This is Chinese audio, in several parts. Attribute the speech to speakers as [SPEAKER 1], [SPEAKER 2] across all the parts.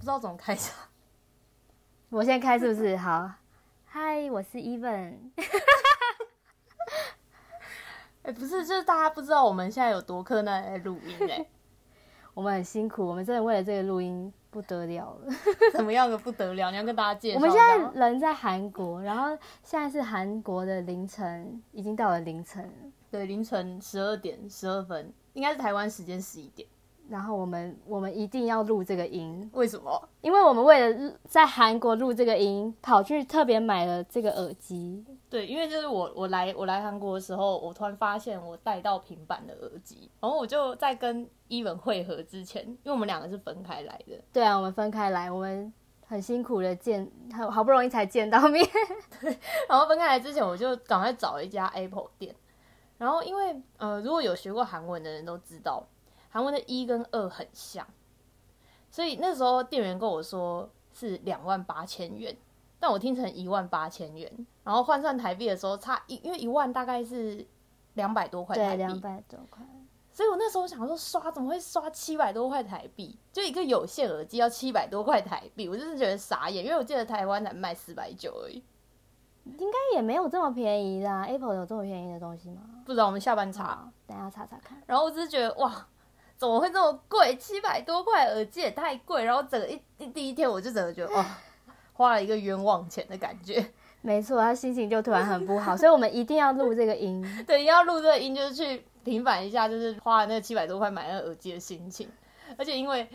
[SPEAKER 1] 知道怎么开场。
[SPEAKER 2] 我先开是不是？好，嗨，我是 Even。
[SPEAKER 1] 哎、不是，就是大家不知道我们现在有多困难在录音 哎、
[SPEAKER 2] 我们很辛苦，我们真的为了这个录音不得了了。
[SPEAKER 1] 怎么样的不得了？你要跟大家介绍
[SPEAKER 2] 我
[SPEAKER 1] 一下
[SPEAKER 2] 们
[SPEAKER 1] 吗。
[SPEAKER 2] 现在人在韩国，然后现在是韩国的凌晨，已经到了凌晨了。
[SPEAKER 1] 对凌晨十二点十二分，应该是台湾时间十一点。
[SPEAKER 2] 然后我们我们一定要录这个音，
[SPEAKER 1] 为什么？
[SPEAKER 2] 因为我们为了录在韩国录这个音，跑去特别买了这个耳机。
[SPEAKER 1] 对，因为就是我我来我来韩国的时候，我突然发现我带到平板的耳机，然后我就在跟伊文会合之前，因为我们两个是分开来的，
[SPEAKER 2] 对啊，我们分开来，我们很辛苦的见，好好不容易才见到 面。
[SPEAKER 1] 然后分开来之前，我就赶快找了一家 Apple 店。然后因为呃，如果有学过韩文的人都知道，韩文的一跟二很像，所以那时候店员跟我说是两万八千元，但我听成一万八千元，然后换算台币的时候差一，因为一万大概是两百多块
[SPEAKER 2] 对，
[SPEAKER 1] 台
[SPEAKER 2] 两
[SPEAKER 1] 币，
[SPEAKER 2] 百多块。
[SPEAKER 1] 所以我那时候想说刷怎么会刷七百多块台币？就一个有线耳机要七百多块台币，我就是觉得傻眼，因为我记得台湾才卖四百九而已。
[SPEAKER 2] 应该也没有这么便宜啦。Apple 有这么便宜的东西吗？
[SPEAKER 1] 不知道我们下
[SPEAKER 2] 啊
[SPEAKER 1] 班查。
[SPEAKER 2] 好，等一下查查看。
[SPEAKER 1] 然后我只是觉得哇，怎么会这么贵？七百多块耳机也太贵。然后整个一一第一天我就整个觉得哇，花了一个冤枉钱的感觉。
[SPEAKER 2] 没错，他心情就突然很不 好，所以我们一定要录这个音。
[SPEAKER 1] 对，要录这个音就是去平反一下，就是花了那七百多块买那个耳机的心情。而且因为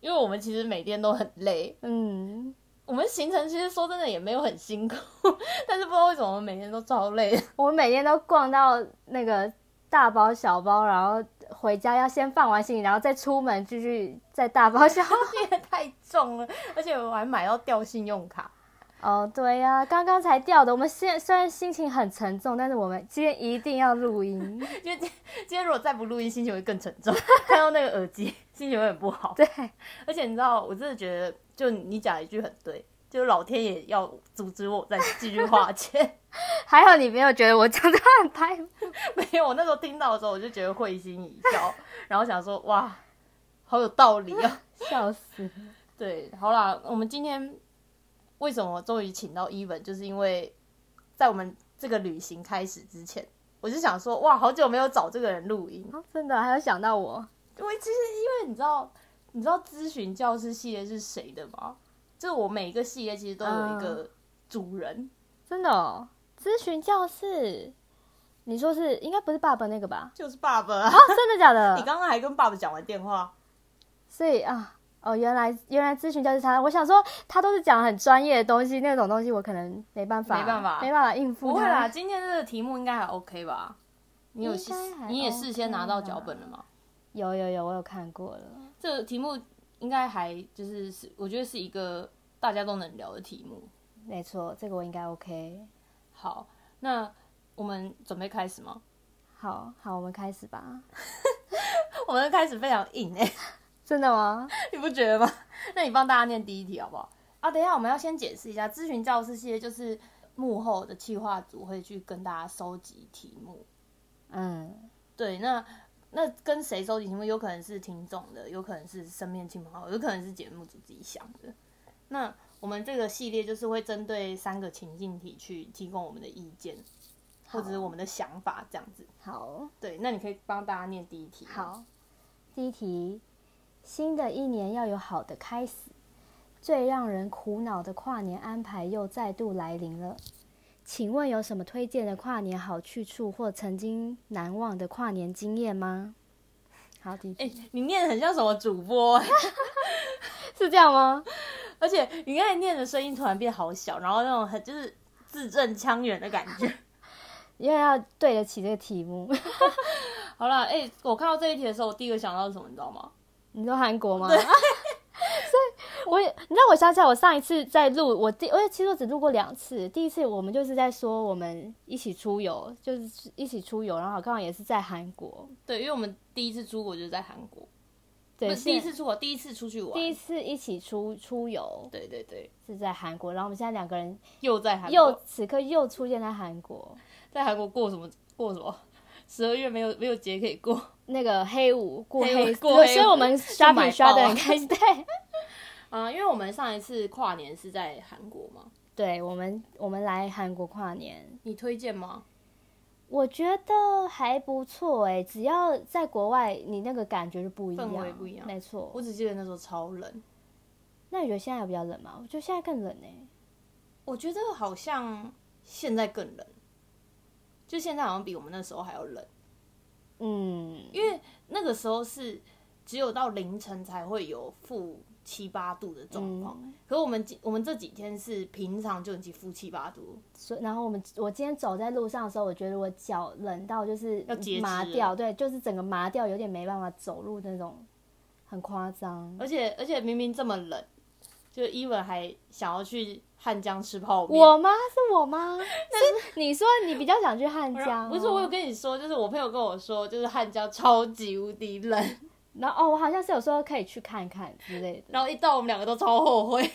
[SPEAKER 1] 因为我们其实每天都很累，
[SPEAKER 2] 嗯，
[SPEAKER 1] 我们行程其实说真的也没有很辛苦， 但是不知道为什么我们每天都超累的。
[SPEAKER 2] 我们每天都逛到那个大包小包，然后回家要先放完行李，然后再出门继续再大包小 包。
[SPEAKER 1] 也太重了，而且我还买到掉信用卡。
[SPEAKER 2] 哦，对呀、刚刚才掉的。我们现虽然心情很沉重，但是我们今天一定要录音。
[SPEAKER 1] 因为今今天如果再不录音，心情会更沉重。 看到那个耳机，心情会很不好。
[SPEAKER 2] 对，
[SPEAKER 1] 而且你知道，我真的觉得，就你讲一句很对，就是老天爷要阻止我再继续花钱。
[SPEAKER 2] 还好你没有觉得我讲的很拍。
[SPEAKER 1] 没有，我那时候听到的时候，我就觉得会心一笑，然后想说，哇，好有道理啊。
[SPEAKER 2] 笑死！
[SPEAKER 1] 对，好啦，我们今天为什么终于请到伊文，就是因为在我们这个旅行开始之前，我就想说，哇，好久没有找这个人录音，
[SPEAKER 2] 哦真的还有想到我，
[SPEAKER 1] 我其实因为你知道，你知道咨询教师系列是谁的吗？就我每一个系列其实都有一个主人，
[SPEAKER 2] 真的哦，咨询教室，你说是应该不是爸爸那个吧？
[SPEAKER 1] 就是爸爸啊、
[SPEAKER 2] 哦，真的假
[SPEAKER 1] 你
[SPEAKER 2] 的？
[SPEAKER 1] 刚刚还跟爸爸讲完电话，
[SPEAKER 2] 所以啊，哦，原来原来咨询教室他，我想说他都是讲很专业的东西，那种东西我可能没办法，
[SPEAKER 1] 没办法
[SPEAKER 2] 没办法应付他。
[SPEAKER 1] 不会啦，今天这个题目应该还 OK 吧？你有
[SPEAKER 2] 应该还
[SPEAKER 1] 你也事先拿到脚本了吗？
[SPEAKER 2] 有有有，我有看过了。
[SPEAKER 1] 这个题目应该还就是是，我觉得是一个大家都能聊的题目。
[SPEAKER 2] 没错，这个我应该 OK。
[SPEAKER 1] 好，那我们准备开始吗？
[SPEAKER 2] 好好，我们开始吧。
[SPEAKER 1] 我们开始非常硬哎、
[SPEAKER 2] 真的吗？
[SPEAKER 1] 你不觉得吗？ 那你帮大家念第一题好不好？啊，等一下，我们要先解释一下，咨询教师系列就是幕后的企划组会去跟大家收集题目。
[SPEAKER 2] 嗯，
[SPEAKER 1] 对，那那跟谁收集题目，有可能是听众的，有可能是身边亲朋好友，有可能是节目组自己想的。那我们这个系列就是会针对三个情境题去提供我们的意见，或者是我们的想法这样子。
[SPEAKER 2] 好。
[SPEAKER 1] 对，那你可以帮大家念第一题。
[SPEAKER 2] 好，第一题，新的一年要有好的开始。最让人苦恼的跨年安排又再度来临了，请问有什么推荐的跨年好去处或曾经难忘的跨年经验吗？好，第一题、
[SPEAKER 1] 哎、你念得很像什么主播、哎
[SPEAKER 2] 是这样吗？
[SPEAKER 1] 而且你刚才念的声音突然变好小，然后那种很就是字正腔圆的感觉。
[SPEAKER 2] 因为要对得起这个题目，
[SPEAKER 1] 好了，哎、我看到这一题的时候，我第一个想到是什么，你知道吗？
[SPEAKER 2] 你说韩国吗？ 所以我也，你知道，我想起来，我上一次在录，我第，我其实我只录过两次。第一次我们就是在说我们一起出游，就是一起出游，然后刚好也是在韩国。
[SPEAKER 1] 对，因为我们第一次出国就是在韩国，
[SPEAKER 2] 对，
[SPEAKER 1] 不是第一
[SPEAKER 2] 现
[SPEAKER 1] 次出国，第一次出去玩，
[SPEAKER 2] 第一次一起出出游
[SPEAKER 1] 对对对，
[SPEAKER 2] 是在韩国，然后我们现在两个人
[SPEAKER 1] 又在韩国，
[SPEAKER 2] 又此刻又出现在韩国，
[SPEAKER 1] 在韩国过什么过什么？十二月没有没有节可以过。
[SPEAKER 2] 那个黑五过
[SPEAKER 1] 黑五
[SPEAKER 2] 黑，
[SPEAKER 1] 过黑五
[SPEAKER 2] 所以我们
[SPEAKER 1] 就买
[SPEAKER 2] shopping
[SPEAKER 1] 爆啊
[SPEAKER 2] shopping 很开心。对，
[SPEAKER 1] 啊、因为我们上一次跨年是在韩国嘛，
[SPEAKER 2] 对我们，我们来韩国跨年，
[SPEAKER 1] 你推荐吗？
[SPEAKER 2] 我觉得还不错哎、只要在国外，你那个感觉就不一样，
[SPEAKER 1] 氛围不一样
[SPEAKER 2] 没错
[SPEAKER 1] 我。只记得那时候超冷，
[SPEAKER 2] 那你觉得现在有比较冷吗？我觉得现在更冷哎、
[SPEAKER 1] 我觉得好像现在更冷，就现在好像比我们那时候还要冷，
[SPEAKER 2] 嗯，
[SPEAKER 1] 因为那个时候是只有到凌晨才会有负七八度的状况，
[SPEAKER 2] 嗯
[SPEAKER 1] 可我们今我们这几天是平常就已经负七八度，
[SPEAKER 2] 所以然后我们我今天走在路上的时候，我觉得我脚冷到就是
[SPEAKER 1] 要截肢
[SPEAKER 2] 麻
[SPEAKER 1] 了
[SPEAKER 2] 掉，对，就是整个麻掉，有点没办法走路那种，很夸张。
[SPEAKER 1] 而且而且明明这么冷，就 even 还想要去汉江吃泡面。
[SPEAKER 2] 我吗？是 我吗？是你说你比较想去汉江哦、
[SPEAKER 1] 不是，我有跟你说，就是我朋友跟我说，就是汉江超级无敌冷，
[SPEAKER 2] 然后哦，我好像是有说可以去看看之类的，
[SPEAKER 1] 然后一到我们两个都超后悔，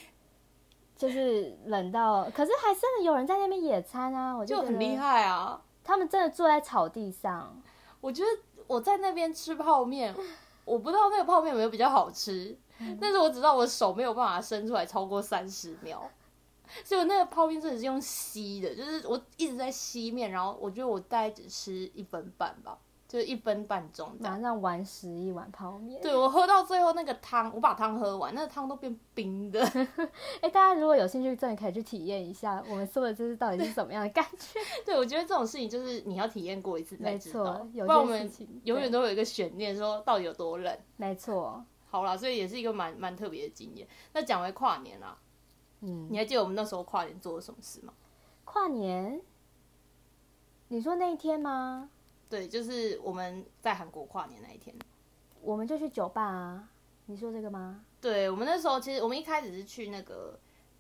[SPEAKER 2] 就是冷到，可是还真的有人在那边野餐啊，我
[SPEAKER 1] 就
[SPEAKER 2] 觉
[SPEAKER 1] 很
[SPEAKER 2] 得
[SPEAKER 1] 厉害啊！
[SPEAKER 2] 他们真的坐在草地上，
[SPEAKER 1] 我觉得我在那边吃泡 面，我不知道那个泡面有没有比较好吃，
[SPEAKER 2] 嗯
[SPEAKER 1] 但是我只知道我手没有办法伸出来超过三十秒，所以我那个泡面真的是用吸的，就是我一直在吸面，然后我觉得我大概只吃一分半吧，就是一分半钟这样
[SPEAKER 2] 马上玩十一碗泡面。
[SPEAKER 1] 对我喝到最后那个汤，我把汤喝完，那个汤都变冰 的。
[SPEAKER 2] 哎、大家如果有兴趣，真的可以去体验一下我们说的这是到底是怎么样的感 觉。
[SPEAKER 1] 对，我觉得这种事情就是你要体验过一次才
[SPEAKER 2] 没
[SPEAKER 1] 知
[SPEAKER 2] 错
[SPEAKER 1] 道，
[SPEAKER 2] 有
[SPEAKER 1] 不然我
[SPEAKER 2] 些事
[SPEAKER 1] 们
[SPEAKER 2] 情
[SPEAKER 1] 永远
[SPEAKER 2] 对
[SPEAKER 1] 都有一个悬念，说到底有多冷。
[SPEAKER 2] 没错，
[SPEAKER 1] 好啦，所以也是一个蛮蛮特别的经验。那讲回跨年啦，
[SPEAKER 2] 嗯，
[SPEAKER 1] 你还记得我们那时候跨年做了什么事吗？
[SPEAKER 2] 跨年，你说那一天吗？
[SPEAKER 1] 对，就是我们在韩国跨年那一天。
[SPEAKER 2] 我们就去酒吧啊。你说这个吗？
[SPEAKER 1] 对我们那时候，其实我们一开始是去那个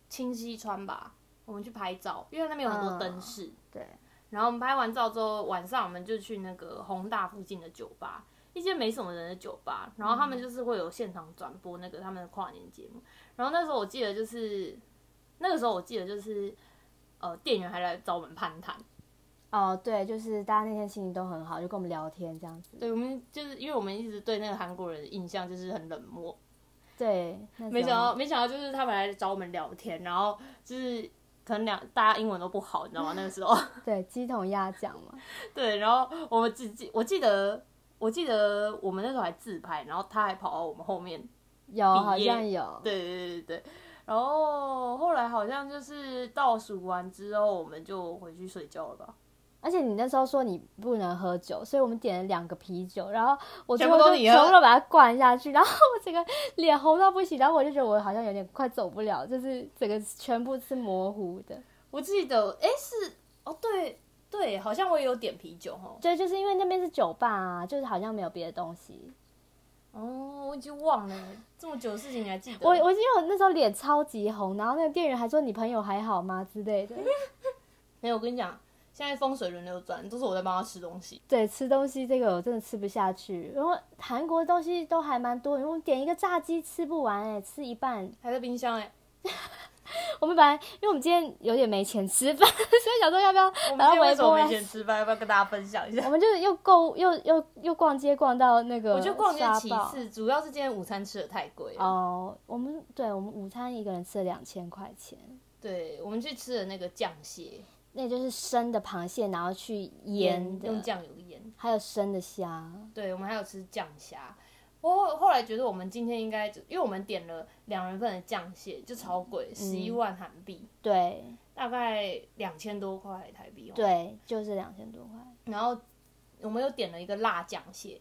[SPEAKER 1] 清溪川吧，我们去拍照，因为那边有很多
[SPEAKER 2] 嗯
[SPEAKER 1] 灯饰。
[SPEAKER 2] 对，
[SPEAKER 1] 然后我们拍完照之后，晚上我们就去那个宏大附近的酒吧，一间没什么人的酒吧。然后他们就是会有现场转播那个他们的跨年节目。然后那时候我记得就是，那个时候我记得就是，呃，店员还来找我们攀谈。
[SPEAKER 2] 哦，对，就是大家那天心情都很好，就跟我们聊天这样子。
[SPEAKER 1] 对我们就是因为我们一直对那个韩国人的印象就是很冷漠，
[SPEAKER 2] 对，啊那
[SPEAKER 1] 没
[SPEAKER 2] 时
[SPEAKER 1] 想
[SPEAKER 2] 候
[SPEAKER 1] 到没想到就是他们来找我们聊天，然后就是可能两大家英文都不好，你知道吗？那个时候。
[SPEAKER 2] 对鸡同鸭讲嘛，
[SPEAKER 1] 对，然后我们自己，我记得，我记得我们那时候还自拍，然后他还跑到我们后面，毕
[SPEAKER 2] 有
[SPEAKER 1] 业
[SPEAKER 2] 好像有，
[SPEAKER 1] 对对对对对。然后后来好像就是倒数完之后，我们就回去睡觉了吧？
[SPEAKER 2] 而且你那时候说你不能喝酒，所以我们点了两个啤酒，然后我最
[SPEAKER 1] 全部
[SPEAKER 2] 后就
[SPEAKER 1] 都你喝
[SPEAKER 2] 全部都把它灌下去，然后我整个脸红到不行，然后我就觉得我好像有点快走不了，就是整个全部是模糊的。
[SPEAKER 1] 我记得，哎，是哦，对对，好像我也有点啤酒哦。
[SPEAKER 2] 对，就是因为那边是酒吧啊，就是好像没有别的东西。
[SPEAKER 1] 哦，我已经忘了这么久的事情，你还记得？
[SPEAKER 2] 我我因为我那时候脸超级红，然后那个店员还说你朋友还好吗之类的。
[SPEAKER 1] 没有，我跟你讲，现在风水轮流转，都是我在帮他吃东西。
[SPEAKER 2] 对，吃东西这个我真的吃不下去，然后韩国东西都还蛮多，因为我点一个炸鸡吃不完哎、吃一半
[SPEAKER 1] 还在冰箱哎、
[SPEAKER 2] 我们本来因为我们今天有点没钱吃饭， 所以想说要不要
[SPEAKER 1] 我们
[SPEAKER 2] 把
[SPEAKER 1] 今
[SPEAKER 2] 它
[SPEAKER 1] 天为
[SPEAKER 2] 微
[SPEAKER 1] 什么
[SPEAKER 2] 波
[SPEAKER 1] 没
[SPEAKER 2] 来
[SPEAKER 1] 钱吃饭？要不要跟大家分享一下
[SPEAKER 2] 我？们就是又购物又又又逛街逛到那个
[SPEAKER 1] 我觉得逛街
[SPEAKER 2] 刷
[SPEAKER 1] 其
[SPEAKER 2] 爆
[SPEAKER 1] 次，主要是今天午餐吃的太贵了。
[SPEAKER 2] 呃哦。我们对我们午餐一个人吃了两千块钱，
[SPEAKER 1] 对，我们去吃的那个酱蟹，
[SPEAKER 2] 那就是生的螃蟹，然后去腌
[SPEAKER 1] 用
[SPEAKER 2] 的，
[SPEAKER 1] 酱油腌。
[SPEAKER 2] 还有生的虾。
[SPEAKER 1] 对，我们还有吃酱虾。我后后来觉得我们今天应该就，因为我们点了两人份的酱蟹，就超贵，十
[SPEAKER 2] 嗯
[SPEAKER 1] 一万韩币，
[SPEAKER 2] 对
[SPEAKER 1] 大概两千多块台币、哦。，
[SPEAKER 2] 对，就是两千多块。
[SPEAKER 1] 然后我们又点了一个辣酱蟹，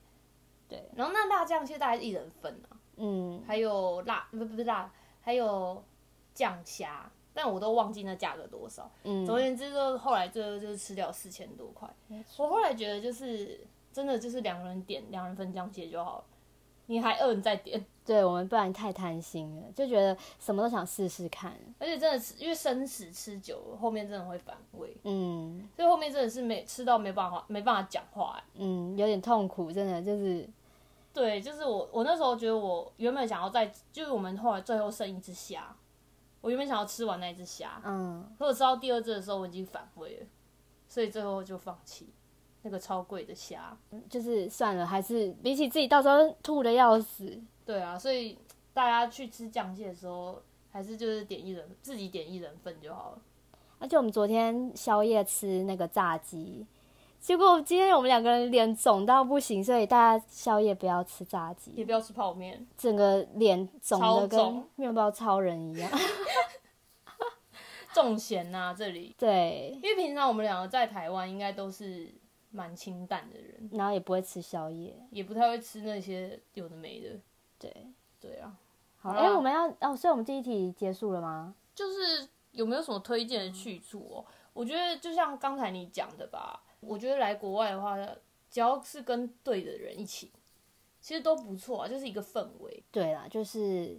[SPEAKER 2] 对，
[SPEAKER 1] 然后那辣酱蟹大概是一人份啊，
[SPEAKER 2] 嗯，
[SPEAKER 1] 还有辣不不是辣，还有酱虾，但我都忘记那价格多少。
[SPEAKER 2] 嗯
[SPEAKER 1] 总而言之，就后来最后就是吃掉四千多块。
[SPEAKER 2] 没
[SPEAKER 1] 我后来觉得就是真的就是两个人点两人分这样切就好了，你还饿你再点，
[SPEAKER 2] 对我们不然太贪心了，就觉得什么都想试试看。
[SPEAKER 1] 而且真的吃因为生食吃久了，后面真的会反胃，
[SPEAKER 2] 嗯
[SPEAKER 1] 所以后面真的是没吃到没办法没办法讲话、欸。
[SPEAKER 2] 嗯，有点痛苦，真的就是
[SPEAKER 1] 对，就是我我那时候觉得我原本想要再就是我们后来最后剩一只虾，我原本想要吃完那一只虾，
[SPEAKER 2] 嗯。
[SPEAKER 1] 可我吃到第二只的时候我已经反胃了，所以最后就放弃那个超贵的虾。
[SPEAKER 2] 就是算了，还是比起自己到时候吐的要死，
[SPEAKER 1] 对啊，所以大家去吃酱蟹的时候，还是就是点一人自己点一人份就好了。
[SPEAKER 2] 而且我们昨天宵夜吃那个炸鸡，结果今天我们两个人脸肿到不行，所以大家宵夜不要吃炸
[SPEAKER 1] 也
[SPEAKER 2] 鸡，
[SPEAKER 1] 不要吃泡面，
[SPEAKER 2] 整个脸肿的
[SPEAKER 1] 超
[SPEAKER 2] 跟
[SPEAKER 1] 肿
[SPEAKER 2] 面包超人一样。
[SPEAKER 1] 重咸呐、这里，
[SPEAKER 2] 对，
[SPEAKER 1] 因为平常我们两个在台湾应该都是蛮清淡的人，
[SPEAKER 2] 然后也不会吃宵夜。
[SPEAKER 1] 也不太会吃那些有的没的。
[SPEAKER 2] 对，
[SPEAKER 1] 对啊，
[SPEAKER 2] 好，
[SPEAKER 1] 好
[SPEAKER 2] 哎、
[SPEAKER 1] 啦
[SPEAKER 2] 我们要哦，所以我们第一题结束了吗？
[SPEAKER 1] 就是有没有什么推荐的去处哦？我觉得就像刚才你讲的吧，我觉得来国外的话，只要是跟对的人一起，其实都不错啊，就是一个氛围。
[SPEAKER 2] 对啦，就是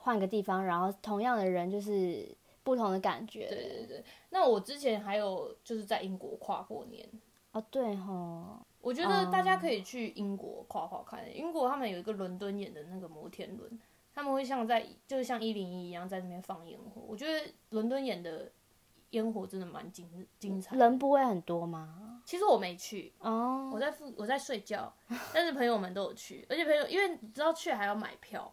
[SPEAKER 2] 换个地方，然后同样的人就是不同的感觉。
[SPEAKER 1] 对对对。那我之前还有就是在英国跨过年，
[SPEAKER 2] 哦，对吼，
[SPEAKER 1] 我觉得大家可以去英国跨跨看。英国他们有一个伦敦演的那个摩天轮，他们会像在就是像一零一一样在那边放烟火。我觉得伦敦演的烟火真的蛮精精彩的。
[SPEAKER 2] 人不会很多吗？
[SPEAKER 1] 其实我没去，我
[SPEAKER 2] 哦，
[SPEAKER 1] 在附我在睡觉，但是朋友们都有去，而且朋友因为你知道去还要买票，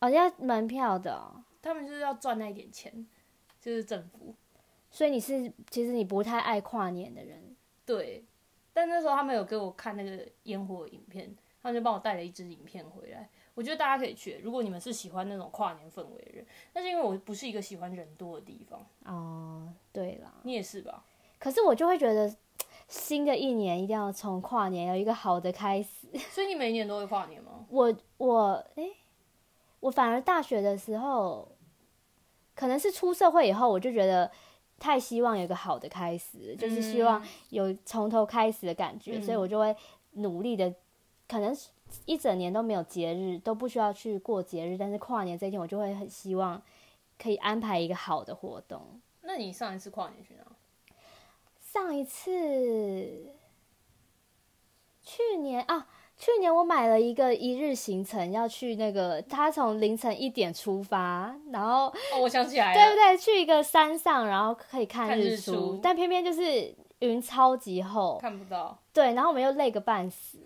[SPEAKER 2] 哦，要门票的哦、
[SPEAKER 1] 他们就是要赚那一点钱，就是政府
[SPEAKER 2] 所以你是其实你不太爱跨年的人，
[SPEAKER 1] 对。但那时候他们有给我看那个烟火影片，他们就帮我带了一支影片回来。我觉得大家可以去，如果你们是喜欢那种跨年氛围的人，但是因为我不是一个喜欢人多的地方，
[SPEAKER 2] 哦，对啦。
[SPEAKER 1] 你也是吧？
[SPEAKER 2] 可是我就会觉得，新的一年一定要从跨年有一个好的开始。
[SPEAKER 1] 所以你每年都会跨年吗？
[SPEAKER 2] 我我诶、我反而大学的时候，可能是出社会以后，我就觉得太希望有一个好的开始，就是希望
[SPEAKER 1] 嗯
[SPEAKER 2] 有从头开始的感觉，
[SPEAKER 1] 嗯
[SPEAKER 2] 所以我就会努力的，可能是一整年都没有节日，都不需要去过节日，但是跨年这一天，我就会很希望可以安排一个好的活动。
[SPEAKER 1] 那你上一次跨年去哪？
[SPEAKER 2] 上一次，去年啊，去年我买了一个一日行程，要去那个，他从凌晨一点出发，然后
[SPEAKER 1] 哦，我想起来
[SPEAKER 2] 对不
[SPEAKER 1] 了，
[SPEAKER 2] 对？去一个山上，然后可以看
[SPEAKER 1] 看
[SPEAKER 2] 日
[SPEAKER 1] 日
[SPEAKER 2] 出，
[SPEAKER 1] 出
[SPEAKER 2] 但偏偏就是云超级厚，
[SPEAKER 1] 看不到。
[SPEAKER 2] 对，然后我们又累个半死，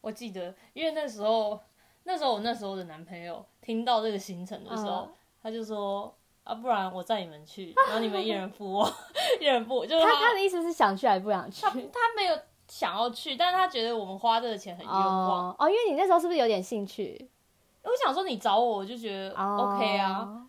[SPEAKER 1] 我记得，因为那时候，那时候我那时候的男朋友听到这个行程的时候，
[SPEAKER 2] 嗯
[SPEAKER 1] 他就说啊，不然我载你们去，然后你们一人付我， 一人付我，就是
[SPEAKER 2] 他他
[SPEAKER 1] 他
[SPEAKER 2] 的意思是想去还是不想去？
[SPEAKER 1] 他没啊 有想要去，但是他觉得我们花这个钱很冤枉。
[SPEAKER 2] 哦哦，因为你那时候是不是有点兴趣、
[SPEAKER 1] 我想说你找我，我就觉得
[SPEAKER 2] 哦
[SPEAKER 1] OK 啊，，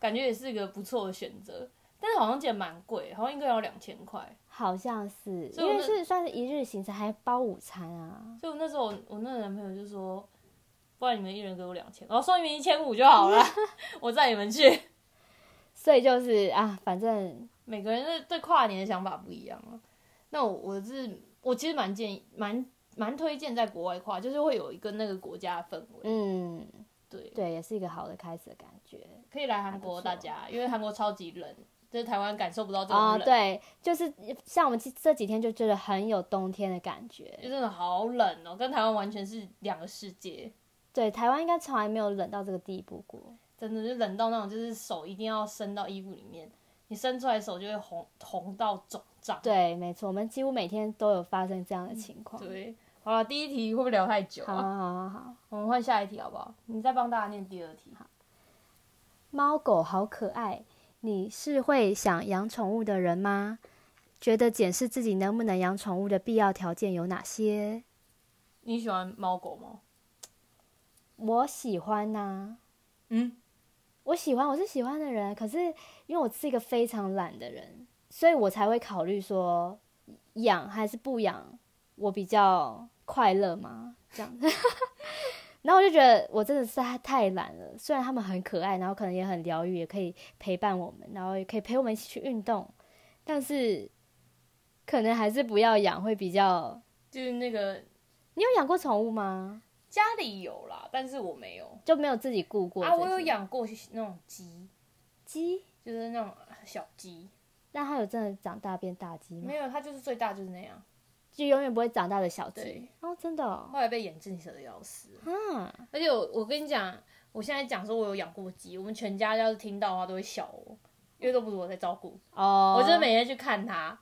[SPEAKER 1] 感觉也是一个不错的选择，但是好像记得蛮贵，好像一个要两千块。
[SPEAKER 2] 好像是，
[SPEAKER 1] 所以
[SPEAKER 2] 因
[SPEAKER 1] 我
[SPEAKER 2] 为
[SPEAKER 1] 那
[SPEAKER 2] 是算是一日行程，还包午餐啊。
[SPEAKER 1] 所以我那时候我我那个男朋友就说，不然你们一人给我两千，然后送你们一千五就好了， 我载你们去。
[SPEAKER 2] 所以就是啊，反正
[SPEAKER 1] 每个人的对跨年的想法不一样啊。那我我是我其实蛮建议蛮蛮推荐在国外跨，就是会有一个那个国家的氛围。
[SPEAKER 2] 嗯，
[SPEAKER 1] 对，
[SPEAKER 2] 对，也是一个好的开始的感觉
[SPEAKER 1] 可以来韩
[SPEAKER 2] 还
[SPEAKER 1] 国
[SPEAKER 2] 不错
[SPEAKER 1] 大家，因为韩国超级冷，就是台湾感受不到这种
[SPEAKER 2] 啊、
[SPEAKER 1] 冷，
[SPEAKER 2] 对，就是像我们这这几天就觉得很有冬天的感
[SPEAKER 1] 就
[SPEAKER 2] 觉。
[SPEAKER 1] 真的好冷哦，跟台湾完全是两个世界。
[SPEAKER 2] 对，台湾应该从来没有冷到这个地步过。
[SPEAKER 1] 真的就冷到那种，就是手一定要伸到衣服里面，你伸出来手就会红红到肿胀。
[SPEAKER 2] 对，没错，我们几乎每天都有发生这样的情况。
[SPEAKER 1] 对，好了，第一题会不会聊太久
[SPEAKER 2] 好
[SPEAKER 1] 啊？
[SPEAKER 2] 好好好好，
[SPEAKER 1] 我们换下一题好不好？你再帮大家念第二题。
[SPEAKER 2] 猫狗好可爱，你是会想养宠物的人吗？觉得检视自己能不能养宠物的必要条件有哪些？
[SPEAKER 1] 你喜欢猫狗吗？
[SPEAKER 2] 我喜欢呐、啊
[SPEAKER 1] 嗯，
[SPEAKER 2] 我喜欢，我是喜欢的人，可是因为我是一个非常懒的人，所以我才会考虑说养还是不养，我比较快乐嘛，这样子。 然后我就觉得我真的是太懒了，虽然他们很可爱，然后可能也很疗愈，也可以陪伴我们，然后也可以陪我们一起去运动，但是可能还是不要养会比较。
[SPEAKER 1] 就是那个
[SPEAKER 2] 你有养过宠物吗？
[SPEAKER 1] 家里有啦，但是我没有
[SPEAKER 2] 就没有自己顾过
[SPEAKER 1] 啊，
[SPEAKER 2] 这
[SPEAKER 1] 我有
[SPEAKER 2] 些
[SPEAKER 1] 养过那种鸡，
[SPEAKER 2] 鸡，
[SPEAKER 1] 就是那种小鸡，
[SPEAKER 2] 那它有真的长大变大鸡吗
[SPEAKER 1] 没？有，它就是最大就是那样，
[SPEAKER 2] 就永远不会长大的小鸡
[SPEAKER 1] 对。
[SPEAKER 2] 哦，真的哦。
[SPEAKER 1] 后来被眼镜蛇咬死。
[SPEAKER 2] 啊，
[SPEAKER 1] 而且我我跟你讲，我现在讲说我有养过鸡，我们全家要是听到的话都会笑我，因为都不是我在照顾，
[SPEAKER 2] 哦，
[SPEAKER 1] 我就是每天去看它，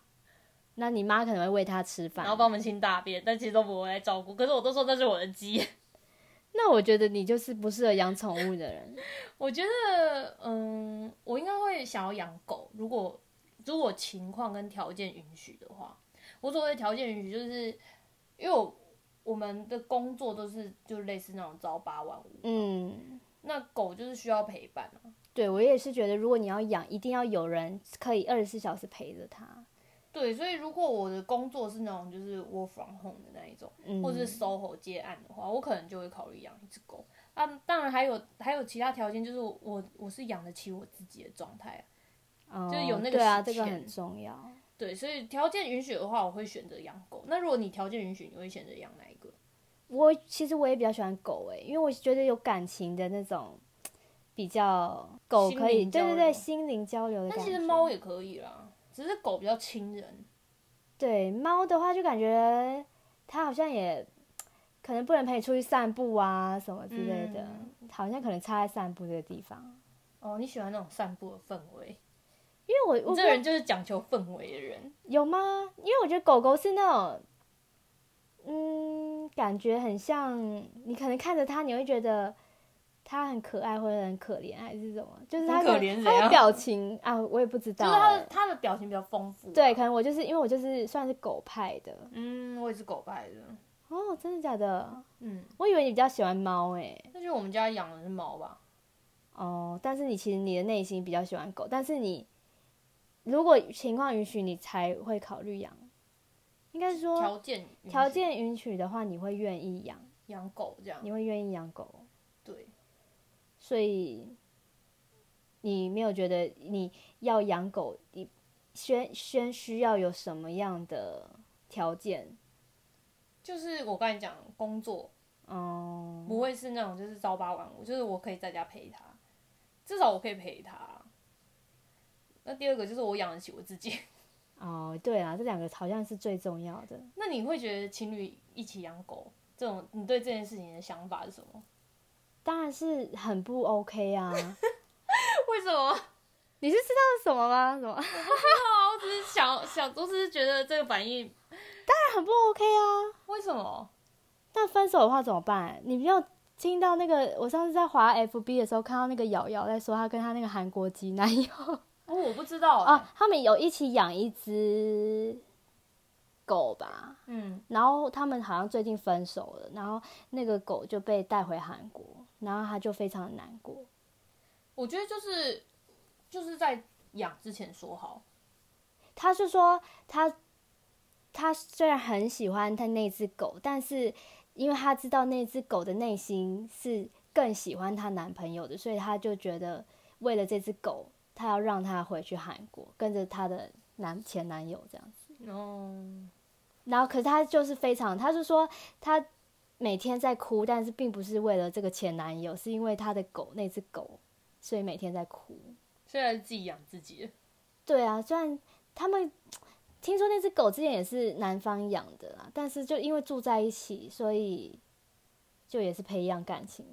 [SPEAKER 2] 那你妈可能会喂它吃饭，
[SPEAKER 1] 然后帮我们清大便，但其实都不是我在照顾，可是我都说那是我的鸡，
[SPEAKER 2] 那我觉得你就是不适合养宠物的 人。
[SPEAKER 1] 我觉得，嗯，我应该会想要养狗，如果如果情况跟条件允许的话，我所谓的条件允许，就是因为我我们的工作都是就类似那种朝八晚五，
[SPEAKER 2] 嗯，
[SPEAKER 1] 那狗就是需要陪伴啊。
[SPEAKER 2] 对我也是觉得，如果你要养，一定要有人可以二十四小时陪着它。
[SPEAKER 1] 对，所以如果我的工作是那种就是 work from home 的那一种，
[SPEAKER 2] 嗯，
[SPEAKER 1] 或者是 SOHO 接案的话，我可能就会考虑养一只狗。啊，当然还有还有其他条件，就是我我是养得起我自己的状态啊。
[SPEAKER 2] 哦
[SPEAKER 1] 就是有那个
[SPEAKER 2] 对啊，
[SPEAKER 1] 时
[SPEAKER 2] 这个
[SPEAKER 1] 间
[SPEAKER 2] 很重要。
[SPEAKER 1] 对，所以条件允许的话，我会选择养狗。那如果你条件允许，你会选择养哪一个？
[SPEAKER 2] 我其实我也比较喜欢狗诶、因为我觉得有感情的那种比较狗可
[SPEAKER 1] 心
[SPEAKER 2] 以，
[SPEAKER 1] 灵
[SPEAKER 2] 对
[SPEAKER 1] 交
[SPEAKER 2] 对
[SPEAKER 1] 流
[SPEAKER 2] 对，心灵交流的
[SPEAKER 1] 但
[SPEAKER 2] 感觉。
[SPEAKER 1] 其实猫也可以啦，只是狗比较亲人。
[SPEAKER 2] 对猫的话，就感觉它好像也可能不能陪你出去散步啊什么之类的，
[SPEAKER 1] 嗯
[SPEAKER 2] 好像可能差在散步这个地方。
[SPEAKER 1] 哦，你喜欢那种散步的氛围，
[SPEAKER 2] 因为我
[SPEAKER 1] 你
[SPEAKER 2] 我
[SPEAKER 1] 这个
[SPEAKER 2] 不
[SPEAKER 1] 人就是讲求氛围的人。
[SPEAKER 2] 有吗？因为我觉得狗狗是那种，嗯，感觉很像你可能看着它，你会觉得它很可爱或者很可怜，还是什么？就是它
[SPEAKER 1] 很
[SPEAKER 2] 的
[SPEAKER 1] 可怜是怎
[SPEAKER 2] 它的
[SPEAKER 1] 样
[SPEAKER 2] 表情啊，我也不知
[SPEAKER 1] 就
[SPEAKER 2] 道
[SPEAKER 1] 是他
[SPEAKER 2] 欸、
[SPEAKER 1] 的他的表情比较丰富、啊
[SPEAKER 2] 对，可，能我就是因为我就是算是狗派的
[SPEAKER 1] 嗯，我也是狗派的。
[SPEAKER 2] 哦，真的假的？
[SPEAKER 1] 嗯，
[SPEAKER 2] 我以为你比较喜欢猫欸诶、
[SPEAKER 1] 那就我们家养的是猫吧。
[SPEAKER 2] 哦，但是你其实你的内心比较喜欢狗，但是你如果情况允许，你才会考虑养。应该说
[SPEAKER 1] 条件允许
[SPEAKER 2] 哦条件允许的话，你会愿意养，
[SPEAKER 1] 养狗这样
[SPEAKER 2] 你。会愿意养狗，
[SPEAKER 1] 对，
[SPEAKER 2] 所以你没有觉得你要养狗，你先先需要有什么样的条件？
[SPEAKER 1] 就是我刚才讲工作
[SPEAKER 2] 哦、
[SPEAKER 1] 不会是那种就是朝八晚五，就是我可以在家陪他，至少我可以陪他。那第二个就是我养得起我自己。
[SPEAKER 2] 哦，对啊，这两个好像是最重要的。
[SPEAKER 1] 那你会觉得情侣一起养狗这种，你对这件事情的想法是什么？
[SPEAKER 2] 当然是很不 OK 啊！
[SPEAKER 1] 为什么？
[SPEAKER 2] 你是知道什么吗？什么？
[SPEAKER 1] 我只是想想，我只是觉得这个反应
[SPEAKER 2] 很不 OK 啊！
[SPEAKER 1] 为什么？
[SPEAKER 2] 但分手的话怎么办？你没有听到那个？我上次在滑 FB 的时候看到那个瑶瑶在说她跟她那个韩国籍男友
[SPEAKER 1] 哦，我不知道啊、
[SPEAKER 2] 啊，他们有一起养一只狗吧，
[SPEAKER 1] 嗯，
[SPEAKER 2] 然后他们好像最近分手了，然后那个狗就被带回韩国，然后他就非常难过。
[SPEAKER 1] 我觉得就是就是在养之前说好，
[SPEAKER 2] 他是说他他虽然很喜欢他那只狗，但是因为他知道那只狗的内心是更喜欢她男朋友的，所以他就觉得为了这只狗，他要让它回去韩国，跟着她的男前男友这样子。
[SPEAKER 1] 嗯，
[SPEAKER 2] 然后，可是他就是非常，他是说他每天在哭，但是并不是为了这个前男友，是因为他的狗那只狗，所以每天在哭。
[SPEAKER 1] 虽然自己养自己的，
[SPEAKER 2] 对啊，虽然他们听说那只狗之前也是男方养的啦，但是就因为住在一起，所以就也是培养感情，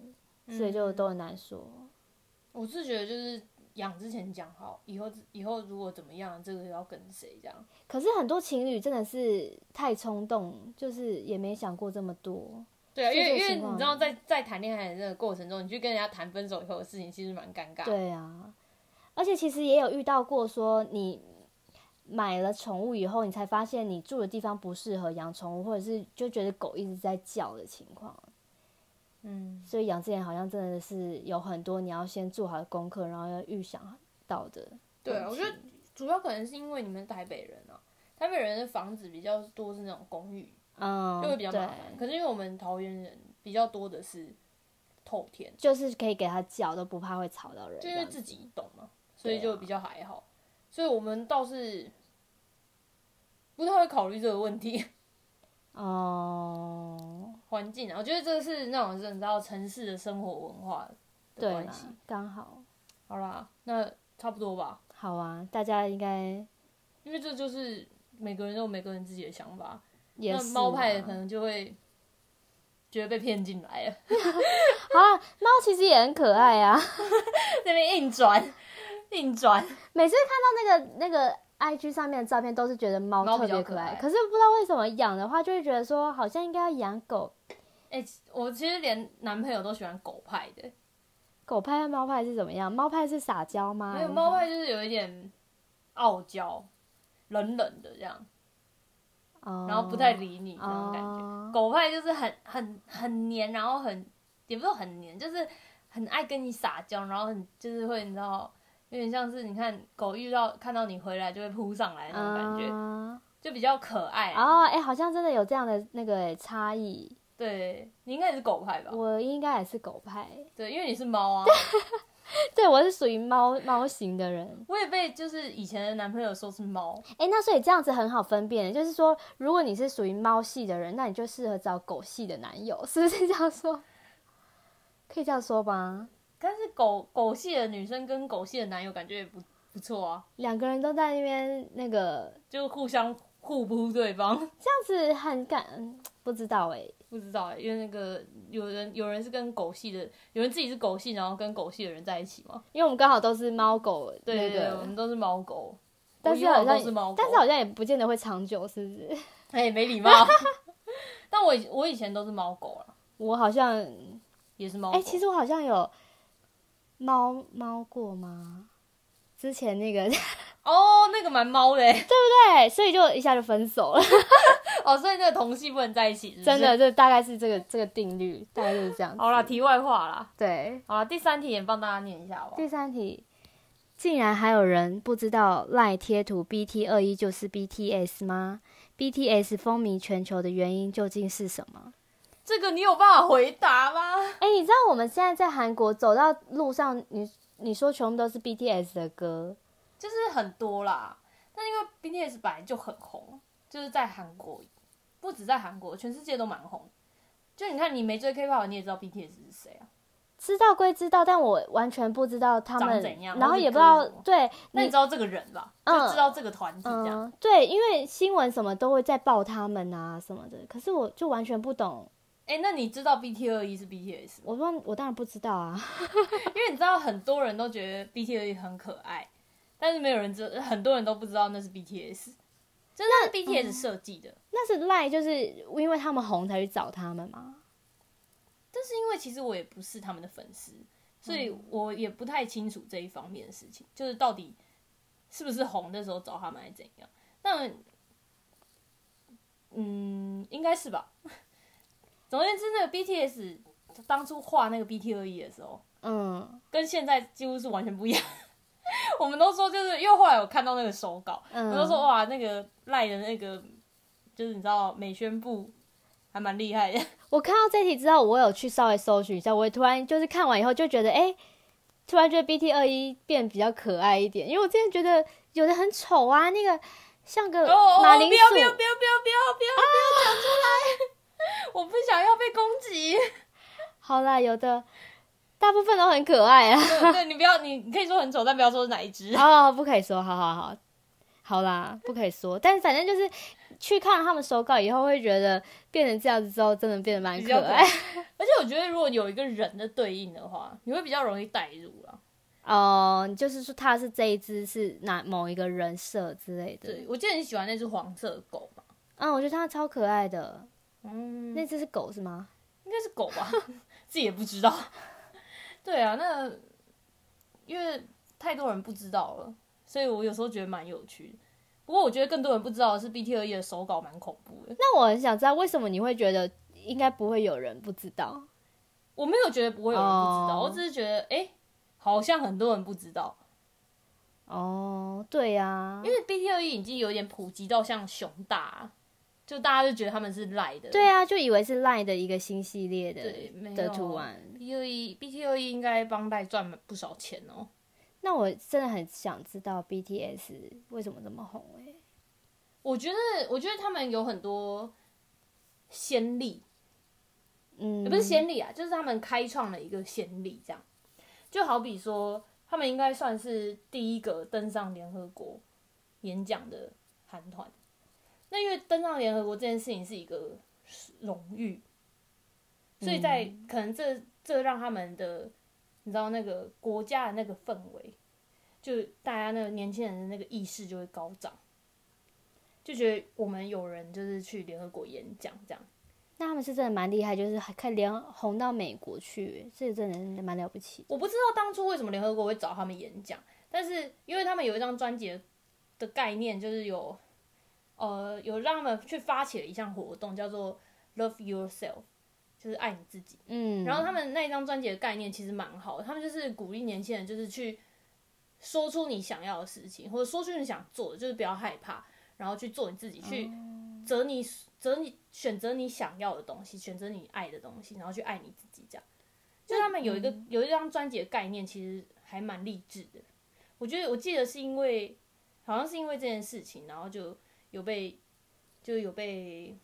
[SPEAKER 2] 所以就都很难说。
[SPEAKER 1] 我是觉得就是养之前讲好，以后以后如果怎么样，这个要跟谁这样。
[SPEAKER 2] 可是很多情侣真的是太冲动，就是也没想过这么多。
[SPEAKER 1] 对啊，因为
[SPEAKER 2] 这
[SPEAKER 1] 因
[SPEAKER 2] 种
[SPEAKER 1] 为
[SPEAKER 2] 情况
[SPEAKER 1] 你知道在，在谈恋爱的这个过程中，你去跟人家谈分手以后的事情，其实蛮尴尬。，
[SPEAKER 2] 对啊，而且其实也有遇到过说你。买了宠物以后，你才发现你住的地方不适合养宠物，或者是就觉得狗一直在叫的情况。
[SPEAKER 1] 嗯，
[SPEAKER 2] 所以养之前好像真的是有很多你要先做好的功课，然后要预想到的。
[SPEAKER 1] 对啊，我觉得主要可能是因为你们是台北人啊，台北人的房子比较多是那种公寓，
[SPEAKER 2] 嗯，
[SPEAKER 1] 就会比较麻
[SPEAKER 2] 对，
[SPEAKER 1] 烦。可是因为我们桃园人比较多的是透天，
[SPEAKER 2] 就是可以给它叫，都不怕会吵到人。
[SPEAKER 1] 就
[SPEAKER 2] 这
[SPEAKER 1] 因为
[SPEAKER 2] 样
[SPEAKER 1] 自
[SPEAKER 2] 子
[SPEAKER 1] 己懂嘛，所以
[SPEAKER 2] 对啊
[SPEAKER 1] 就比较还好。所以我们倒是不太会考虑这个问题，
[SPEAKER 2] 哦，
[SPEAKER 1] 环境啊，我觉得这是那种你知道城市的生活文化的
[SPEAKER 2] 对
[SPEAKER 1] 关
[SPEAKER 2] 啦
[SPEAKER 1] 系。，
[SPEAKER 2] 刚好
[SPEAKER 1] 好啦，那差不多吧。
[SPEAKER 2] 好啊，大家应该
[SPEAKER 1] 因为这就是每个人都有每个人自己的想法。
[SPEAKER 2] 也
[SPEAKER 1] 那
[SPEAKER 2] 是
[SPEAKER 1] 猫派的
[SPEAKER 2] 啦
[SPEAKER 1] 可能就会觉得被骗进来了，
[SPEAKER 2] 好啊，猫其实也很可爱啊。
[SPEAKER 1] 那边硬转，硬转。
[SPEAKER 2] 每次看到那个那个 IG 上面的照片，都是觉得猫
[SPEAKER 1] 猫
[SPEAKER 2] 特
[SPEAKER 1] 比较
[SPEAKER 2] 别
[SPEAKER 1] 可
[SPEAKER 2] 爱。
[SPEAKER 1] 爱
[SPEAKER 2] 可是不知道为什么养的话，就会觉得说好像应该要养狗，
[SPEAKER 1] 哎、我其实连男朋友都喜欢狗派的，
[SPEAKER 2] 狗派和猫派是怎么样？猫派是撒娇吗？
[SPEAKER 1] 没有猫派就是有一点傲娇，冷冷的这样，
[SPEAKER 2] 哦，
[SPEAKER 1] 然后不太理你那种感觉。
[SPEAKER 2] 哦
[SPEAKER 1] 狗派就是很很很黏，然后很也不是说很黏，就是很爱跟你撒娇，然后很就是会你知道，有点像是你看狗遇到看到你回来就会扑上来那种感觉，
[SPEAKER 2] 哦啊
[SPEAKER 1] 就比较可爱。啊
[SPEAKER 2] 哦，哎、好像真的有这样的那个、哎差异。
[SPEAKER 1] 对你应该也是狗派吧？
[SPEAKER 2] 我应该也是狗派，
[SPEAKER 1] 对，因为你是猫啊。
[SPEAKER 2] 对我是属于猫猫型的人。
[SPEAKER 1] 我也被就是以前的男朋友说是猫，
[SPEAKER 2] 哎、那所以这样子很好分辨，就是说，如果你是属于猫系的人，那你就适合找狗系的男友，是不是这样说？可以这样说吧，
[SPEAKER 1] 但是狗狗系的女生跟狗系的男友感觉也不不错啊，
[SPEAKER 2] 两个人都在那边那个
[SPEAKER 1] 就互相互扑对方。
[SPEAKER 2] 这样子很感，嗯不知道哎、
[SPEAKER 1] 不知道欸，因为那个有人有人是跟狗系的，有人自己是狗系，然后跟狗系的人在一起嘛。
[SPEAKER 2] 因为我们刚好都是猫狗
[SPEAKER 1] 对对
[SPEAKER 2] 那
[SPEAKER 1] 对，
[SPEAKER 2] 个
[SPEAKER 1] 我，们都是猫狗，
[SPEAKER 2] 但
[SPEAKER 1] 我以
[SPEAKER 2] 是好
[SPEAKER 1] 往
[SPEAKER 2] 像
[SPEAKER 1] 都是猫狗，
[SPEAKER 2] 但是好像也不见得会长久，是不是？
[SPEAKER 1] 哎、没礼貌。 但我以我以前都是猫狗啦，
[SPEAKER 2] 我好像，
[SPEAKER 1] 也是猫
[SPEAKER 2] 哎、
[SPEAKER 1] 狗。
[SPEAKER 2] 其实我好像有猫猫过吗？之前那个
[SPEAKER 1] 哦，那个蛮猫的欸，
[SPEAKER 2] 对，所以就一下就分手了。
[SPEAKER 1] 哦，所以那个同系不能在一起，是不是
[SPEAKER 2] 真的，。这大概嗯是这个这个定律，大概就是这样子。
[SPEAKER 1] 好啦，题外话啦，
[SPEAKER 2] 对，
[SPEAKER 1] 好啦，第三题也帮大家念一下好不好？
[SPEAKER 2] 第三题，竟然还有人不知道赖贴图 BT 二一就是 BTS 吗？BTS 风靡全球的原因究竟是什么？
[SPEAKER 1] 这个你有办法回答吗？
[SPEAKER 2] 哎、你知道我们现在在韩国走到路上，你你说全部都是 BTS 的歌，
[SPEAKER 1] 就是很多啦，但因为 BTS 本来就很红，就是在韩国，不止在韩国，全世界都蛮红。就你看，你没追 K-pop，你也知道 BTS 是谁啊？
[SPEAKER 2] 知道归知道，但我完全不知道他们
[SPEAKER 1] 长怎样
[SPEAKER 2] 然后
[SPEAKER 1] 或是
[SPEAKER 2] 也不知道
[SPEAKER 1] 歌舞
[SPEAKER 2] 对，
[SPEAKER 1] 那你知道这个人吧？
[SPEAKER 2] 嗯
[SPEAKER 1] 就知道这个团体这样。
[SPEAKER 2] 嗯，对，因为新闻什么都会在报他们啊什么的，可是我就完全不懂，
[SPEAKER 1] 哎、那你知道 BT 二一是 BTS 吗？
[SPEAKER 2] 我说我当然不知道啊。
[SPEAKER 1] 因为你知道很多人都觉得 BT 二一很可爱，但是没有人知，很多人都不知道那是 BTS，就是那是 BTS 设计的。
[SPEAKER 2] 那是赖，就是因为他们红才去找他们吗？
[SPEAKER 1] 但是因为其实我也不是他们的粉丝，所以我也不太清楚这一方面的事情，就是到底是不是红的时候找他们还是怎样。那嗯，应该是吧。总而言之，那个 BTS 当初画那个 BT 二一的时候，
[SPEAKER 2] 嗯
[SPEAKER 1] 跟现在几乎是完全不一样。 我们都说，就是因为后来我看到那个手稿，
[SPEAKER 2] 嗯，
[SPEAKER 1] 我就说哇，那个赖的那个，就是你知道美宣部还蛮厉害的。
[SPEAKER 2] 我看到这题之后，我有去稍微搜寻一下，我也突然就是看完以后就觉得，哎、突然觉得 BT 二一变比较可爱一点，因为我之前觉得有的很丑啊，那个像个
[SPEAKER 1] 哦，
[SPEAKER 2] 马铃
[SPEAKER 1] 不
[SPEAKER 2] 薯，
[SPEAKER 1] 要不要不要不要不要不要讲出来！我不想要被攻击。
[SPEAKER 2] 好啦，有的大部分都很可 爱啊。
[SPEAKER 1] 对对，你不要，你你可以说很丑，但不要说是哪一只。
[SPEAKER 2] 哦，不可以说，好好好，好啦，不可以说，但反正就是去看他们手稿以后，会觉得变成这样子之后，真的变得蛮
[SPEAKER 1] 比
[SPEAKER 2] 可
[SPEAKER 1] 较可爱。
[SPEAKER 2] 爱
[SPEAKER 1] 而且我觉得，如果有一个人的对应的话，你会比较容易代入啦。
[SPEAKER 2] 哦，你就是说他是这一只是哪某一个人设之类的
[SPEAKER 1] 对，。我记得你喜欢那只黄色狗嘛？
[SPEAKER 2] 嗯，我觉得它超可爱的。
[SPEAKER 1] 嗯，
[SPEAKER 2] 那只是狗是吗？
[SPEAKER 1] 应该是狗吧，自己也不知道。对啊，那因为太多人不知道了，所以我有时候觉得蛮有趣的。不过我觉得更多人不知道的是 B T 二一的手稿蛮恐怖的。
[SPEAKER 2] 那我很想知道为什么你会觉得应该不会有人不知道。
[SPEAKER 1] 我没有觉得不会有人不知道
[SPEAKER 2] 哦
[SPEAKER 1] 我只是觉得哎、诶好像很多人不知道，
[SPEAKER 2] 哦，对呀、啊
[SPEAKER 1] 因，为 BT 二一 E 已经有点普及到像熊大，就大家就觉得他们是赖的。
[SPEAKER 2] 对啊，就以为是赖的一个新系列
[SPEAKER 1] 对，没
[SPEAKER 2] 的
[SPEAKER 1] 有
[SPEAKER 2] 的图案。
[SPEAKER 1] BT 二一 BT 二 E 一应该帮赖赚不少钱哦、
[SPEAKER 2] 那我真的很想知道 BTS 为什么这么红哎、
[SPEAKER 1] 我觉得，我觉得他们有很多先例，
[SPEAKER 2] 嗯，
[SPEAKER 1] 也不是先例啊，就是他们开创了一个先例，这样就好比说，他们应该算是第一个登上联合国演讲的韩团。那因为登上联合国这件事情是一个荣誉，所以在可能这这让他们的，你知道那个国家的那个氛围，就大家那个年轻人的那个意识就会高涨，就觉得我们有人就是去联合国演讲这样。
[SPEAKER 2] 那他们是真的蛮厉害，就是还可以连红到美国去，这真的是蛮了不起。
[SPEAKER 1] 我不知道当初为什么联合国会找他们演讲，但是因为他们有一张专辑的概念，就是有呃有让他们去发起了一项活动，叫做 “Love Yourself”，就是爱你自己。
[SPEAKER 2] 嗯，
[SPEAKER 1] 然后他们那一张专辑的概念其实蛮好的，他们就是鼓励年轻人，就是去说出你想要的事情，或者说出你想做的，就是不要害怕，然后去做你自己，去择你择你选择你想要的东西，选择你爱的东西，然后去爱你自己，这样。就他们有一个、有一张专辑的概念，其实还蛮励志的。我觉得我记得是因为好像是因为这件事情，然后就有被就有被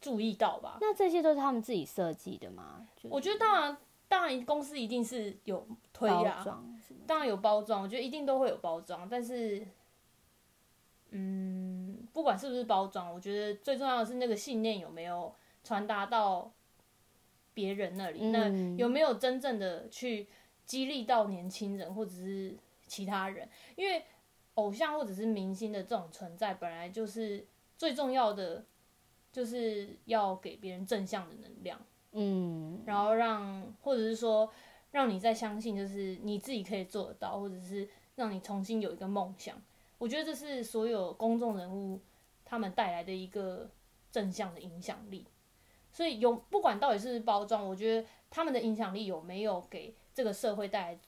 [SPEAKER 1] 注意到吧。
[SPEAKER 2] 那这些都是他们自己设计的吗？就
[SPEAKER 1] 我觉得当然，当然公司一定是有推
[SPEAKER 2] 包
[SPEAKER 1] 啊，
[SPEAKER 2] 装什么的
[SPEAKER 1] 当然有包装，我觉得一定都会有包装，但是，嗯，不管是不是包装，我觉得最重要的是那个信念有没有传达到别人那里，那
[SPEAKER 2] 嗯
[SPEAKER 1] 有没有真正的去激励到年轻人或者是其他人？因为偶像或者是明星的这种存在，本来就是最重要的，就是要给别人正向的能量。
[SPEAKER 2] 嗯，
[SPEAKER 1] 然后让或者是说让你再相信，就是你自己可以做得到，或者是让你重新有一个梦想。我觉得这是所有公众人物他们带来的一个正向的影响力。所以有不管到底是不是包装，我觉得他们的影响力有没有给这个社会带来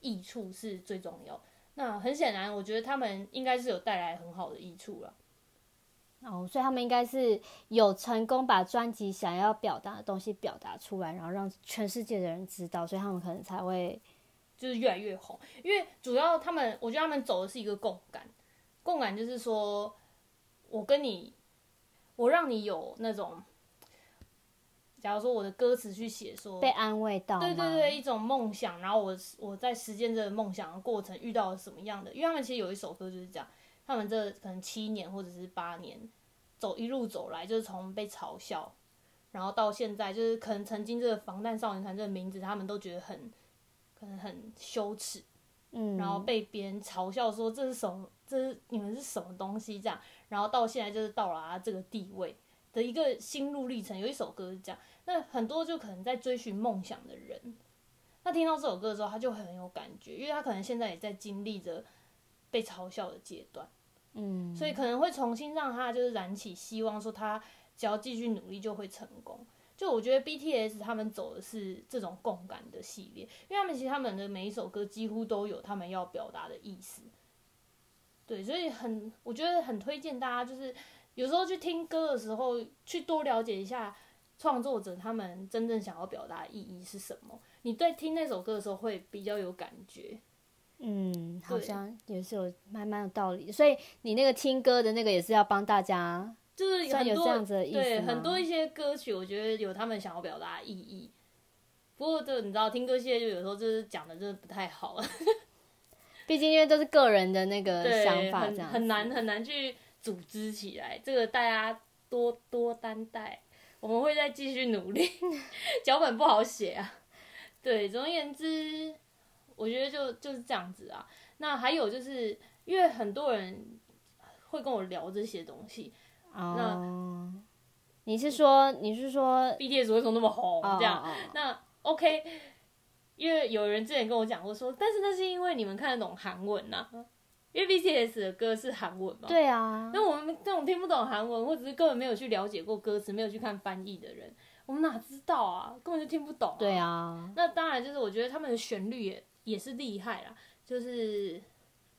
[SPEAKER 1] 益处是最重要。那很显然，我觉得他们应该是有带来很好的益处了。
[SPEAKER 2] 哦，所以他们应该是有成功把专辑想要表达的东西表达出来，然后让全世界的人知道，所以他们可能才会
[SPEAKER 1] 就是越来越红，因为主要他们，我觉得他们走的是一个共感，共感就是说，我跟你，我让你有那种，假如说我的歌词去写说，
[SPEAKER 2] 被安慰到。
[SPEAKER 1] 对对对，，一种梦想，然后我我在实践这个梦想的过程遇到了什么样的？因为他们其实有一首歌就是讲，他们这可能七年或者是八年走一路走来，就是从被嘲笑，然后到现在，就是可能曾经这个防弹少年团这个名字，他们都觉得很可能很羞耻，
[SPEAKER 2] 嗯，
[SPEAKER 1] 然后被别人嘲笑说这是什么，这是你们是什么东西这样，然后到现在就是到了他这个地位的一个心路历程。有一首歌是这样，那很多就可能在追寻梦想的人，那听到这首歌的时候，他就很有感觉，因为他可能现在也在经历着被嘲笑的阶段，
[SPEAKER 2] 嗯，
[SPEAKER 1] 所以可能会重新让他就是燃起希望，说他只要继续努力就会成功。就我觉得 BTS 他们走的是这种共感的系列，因为他们其实他们的每一首歌几乎都有他们要表达的意思。对，所以很我觉得很推荐大家，就是有时候去听歌的时候，去多了解一下创作者他们真正想要表达的意义是什么。你在听那首歌的时候会比较有感觉。
[SPEAKER 2] 嗯，好
[SPEAKER 1] 对
[SPEAKER 2] 像也是有蛮蛮有道理的。所以你那个听歌的那个也是要帮大家，
[SPEAKER 1] 就是
[SPEAKER 2] 虽然
[SPEAKER 1] 很
[SPEAKER 2] 有
[SPEAKER 1] 多
[SPEAKER 2] 这样子的意思
[SPEAKER 1] 对
[SPEAKER 2] 吗
[SPEAKER 1] 很多一些歌曲，我觉得有他们想要表达的意义。不过这你知道，听歌系列就有时候就是讲的真的不太好，
[SPEAKER 2] 毕竟因为都是个人的那个
[SPEAKER 1] 对，
[SPEAKER 2] 呃想法，这
[SPEAKER 1] 很
[SPEAKER 2] 样
[SPEAKER 1] 很
[SPEAKER 2] 子
[SPEAKER 1] 难很难去组织起来。这个大家多多担待，我们会再继续努力。 脚本不好写啊，对，总而言之，我觉得就就是这样子啊。那还有就是因为很多人会跟我聊这些东西，
[SPEAKER 2] 哦。你是说你是说
[SPEAKER 1] BTS 为什么那么红？
[SPEAKER 2] 哦
[SPEAKER 1] 这样，
[SPEAKER 2] 哦
[SPEAKER 1] 那 OK，因为有人之前跟我讲过说，但是那是因为你们看得懂韩文呐、因为 BTS 的歌是韩文嘛。。
[SPEAKER 2] 对啊，
[SPEAKER 1] 那我们这种听不懂韩文，或者是根本没有去了解过歌词，没有去看翻译的人，我们哪知道啊？根本就听不懂、
[SPEAKER 2] 对。啊，
[SPEAKER 1] 那当然，就是我觉得他们的旋律也也是厉害啦，就是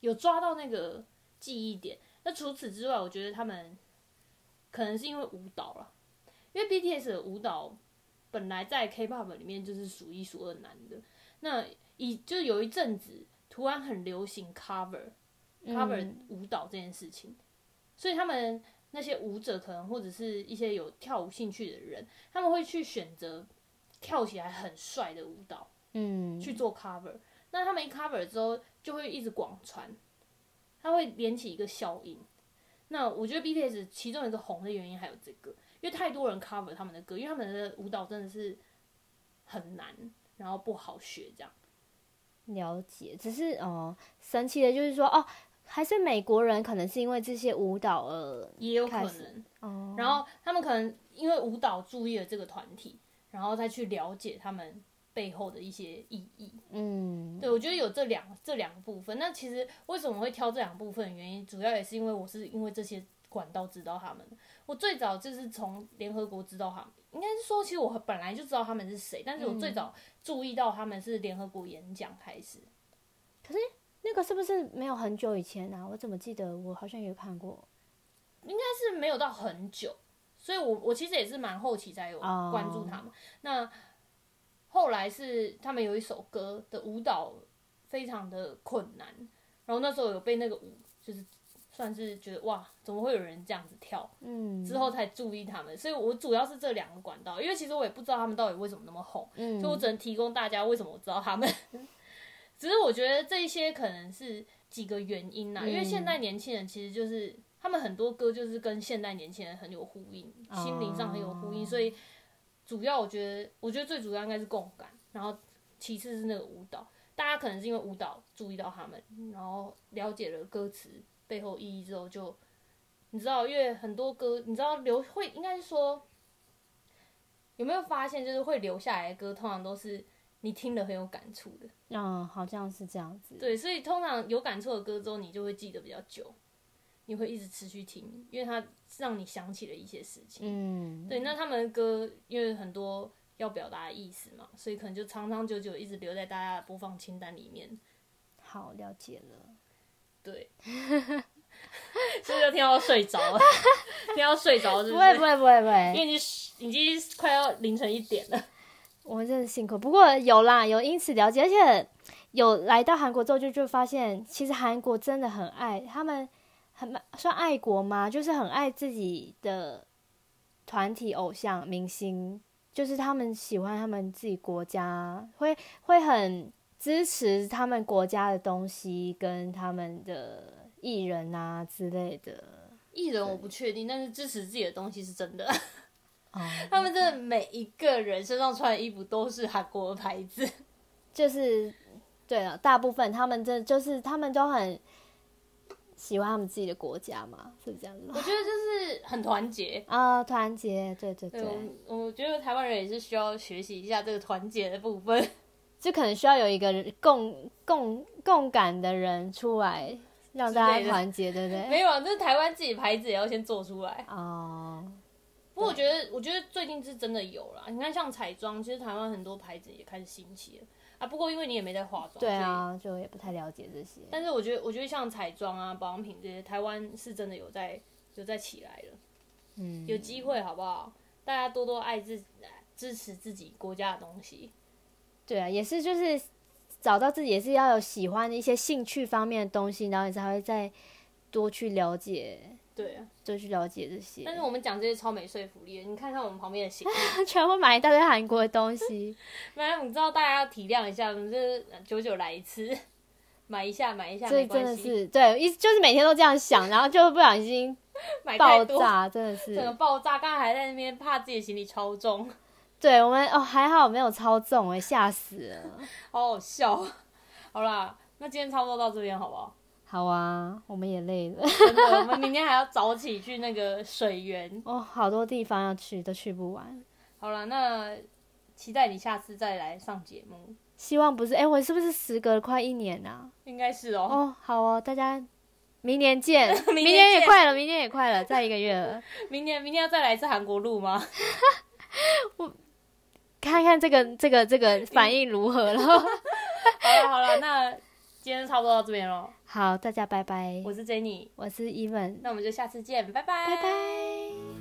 [SPEAKER 1] 有抓到那个记忆点。那除此之外，我觉得他们可能是因为舞蹈啦，因为 BTS 的舞蹈本来在 K-pop 里面就是数一数二难的。那以就是有一阵子突然很流行 cover，cover
[SPEAKER 2] 嗯
[SPEAKER 1] 舞蹈这件事情，所以他们那些舞者可能或者是一些有跳舞兴趣的人，他们会去选择跳起来很帅的舞蹈
[SPEAKER 2] 嗯，
[SPEAKER 1] 去做 cover。那他们一 cover 之后，就会一直广传，它会连起一个效应。那我觉得 BTS 其中一个红的原因还有这个，因为太多人 cover 他们的歌，因为他们的舞蹈真的是很难，然后不好学这样。
[SPEAKER 2] 了解，只是哦，神奇的就是说，哦，还是美国人可能是因为这些舞蹈而
[SPEAKER 1] 也有可
[SPEAKER 2] 开始
[SPEAKER 1] 能。
[SPEAKER 2] 哦，
[SPEAKER 1] 然后他们可能因为舞蹈注意了这个团体，然后再去了解他们背后的一些意义。
[SPEAKER 2] 嗯，
[SPEAKER 1] 对，我觉得有这两这两个部分。那其实为什么会挑这两部分，原因主要也是因为我是因为这些管道知道他们的。我最早就是从联合国知道他们，应该是说其实我本来就知道他们是谁，但是我最早注意到他们是联合国演讲开始。
[SPEAKER 2] 那个是不是没有很久以前啊？我怎么记得我好像有看过？
[SPEAKER 1] 但是没有到很久，所以我我其实也是蛮后期才有
[SPEAKER 2] 哦
[SPEAKER 1] 关注他们。那后来是他们有一首歌的舞蹈非常的困难，然后那时候有被那个舞就是算是觉得哇，怎么会有人这样子跳？
[SPEAKER 2] 嗯，
[SPEAKER 1] 之后才注意他们，所以我主要是这两个管道，因为其实我也不知道他们到底为什么那么红，
[SPEAKER 2] 嗯，
[SPEAKER 1] 所以我只能提供大家为什么我知道他们。只是我觉得这一些可能是几个原因啦，因为现代年轻人其实就是他们很多歌就是跟现代年轻人很有呼应，
[SPEAKER 2] 哦
[SPEAKER 1] 心灵上很有呼应，所以主要我觉得，我觉得最主要应该是共感，然后其次是那个舞蹈，大家可能是因为舞蹈注意到他们，然后了解了歌词背后意义之后就，你知道，因为很多歌，你知道留会应该是说。有没有发现，就是会留下来的歌，通常都是你听了很有感触的。
[SPEAKER 2] 嗯，好像是这样子。
[SPEAKER 1] 对，所以通常有感触的歌之后，你就会记得比较久，你会一直持续听，因为它让你想起了一些事情。
[SPEAKER 2] 嗯，
[SPEAKER 1] 对，那他们的歌因为很多要表达的意思嘛，所以可能就长长久久一直留在大家的播放清单里面。
[SPEAKER 2] 好了解了。
[SPEAKER 1] 对，是不是又听到睡着了？ 听到睡着是
[SPEAKER 2] 不
[SPEAKER 1] 不
[SPEAKER 2] 会
[SPEAKER 1] 是？
[SPEAKER 2] 不会不会不
[SPEAKER 1] 因为
[SPEAKER 2] 会，
[SPEAKER 1] 已经已经快要凌晨一点了。
[SPEAKER 2] 我们真的辛苦。不过有啦，有因此了解，而且有来到韩国之后就就发现，其实韩国真的很爱他们很，蛮算爱国吗？就是很爱自己的团体偶像明星，就是他们喜欢他们自己国家，会会很支持他们国家的东西跟他们的艺人啊之类的。
[SPEAKER 1] 艺人我不确定，但是支持自己的东西是真 的。
[SPEAKER 2] 哦，
[SPEAKER 1] 他们真的每一个人身上穿的衣服都是韩国的牌子。
[SPEAKER 2] 就是对了，大部分他们这就是他们都很喜欢他们自己的国家嘛，是这样子吗
[SPEAKER 1] 我觉得就是很团结。
[SPEAKER 2] 啊，团结，对对
[SPEAKER 1] 对，啊
[SPEAKER 2] 对，
[SPEAKER 1] 我我觉得台湾人也是需要学习一下这个团结的部分。
[SPEAKER 2] 就可能需要有一个人共共共感的人出来，让大
[SPEAKER 1] 之类
[SPEAKER 2] 家
[SPEAKER 1] 的
[SPEAKER 2] 团结，对不对？
[SPEAKER 1] 没有啊，就是台湾自己牌子也要先做出来。
[SPEAKER 2] 哦，
[SPEAKER 1] 不过我觉得，我觉得最近是真的有啦。你看，像彩妆，其实台湾很多牌子也开始兴起了啊。不过因为你也没在化妆，所
[SPEAKER 2] 对
[SPEAKER 1] 以。
[SPEAKER 2] 啊，就也不太了解这些。
[SPEAKER 1] 但是我觉得，我觉得像彩妆啊、保养品这些，台湾是真的有在有在起来了。
[SPEAKER 2] 嗯，
[SPEAKER 1] 有机会好不好？大家多多爱自支持自己国家的东西。
[SPEAKER 2] 对啊，也是就是找到自己也是要有喜欢的一些兴趣方面的东西，然后你才会再多去了解，
[SPEAKER 1] 对啊，
[SPEAKER 2] 多去了解这些。
[SPEAKER 1] 但是我们讲这些超没说服力的，你看看我们旁边的行李，
[SPEAKER 2] 全部买一大堆韩国的东西。
[SPEAKER 1] 没有，你知道大家要体谅一下，我们就是久久来一次， 买一下买一下
[SPEAKER 2] 这
[SPEAKER 1] 没
[SPEAKER 2] 真
[SPEAKER 1] 关
[SPEAKER 2] 的
[SPEAKER 1] 系，
[SPEAKER 2] 是对，一就是每天都这样想，然后就不小心
[SPEAKER 1] 买 太
[SPEAKER 2] 爆
[SPEAKER 1] 多，
[SPEAKER 2] 炸，真的
[SPEAKER 1] 整个
[SPEAKER 2] 是。
[SPEAKER 1] 爆炸，刚才还在那边怕自己的行李超重，
[SPEAKER 2] 对我们哦，还好没有超重哎、吓死了。
[SPEAKER 1] 好好笑。 好啦，那今天差不多到这边好不 好？
[SPEAKER 2] 好啊，我们也累了
[SPEAKER 1] 真的，我们明天还要早起去那个水源。
[SPEAKER 2] 哦，好多地方要去都去不完。
[SPEAKER 1] 好了，那期待你下次再来上节目，
[SPEAKER 2] 希望不是哎、我是不是时隔了快一年啊？
[SPEAKER 1] 应该是哦。
[SPEAKER 2] 哦，好哦，大家明年见，
[SPEAKER 1] 明年见
[SPEAKER 2] 年也快了，明年也快了，再一个月 了，
[SPEAKER 1] 明年明年要再来一次韩国路吗？
[SPEAKER 2] 看看这个这个这
[SPEAKER 1] 嗯
[SPEAKER 2] 个反应如何了。
[SPEAKER 1] 好了好了，那今天差不多到这边喽。
[SPEAKER 2] 好，大家拜拜，
[SPEAKER 1] 我是 Jenny，
[SPEAKER 2] 我是 Even，
[SPEAKER 1] 那我们就下次见，拜拜，
[SPEAKER 2] 拜拜。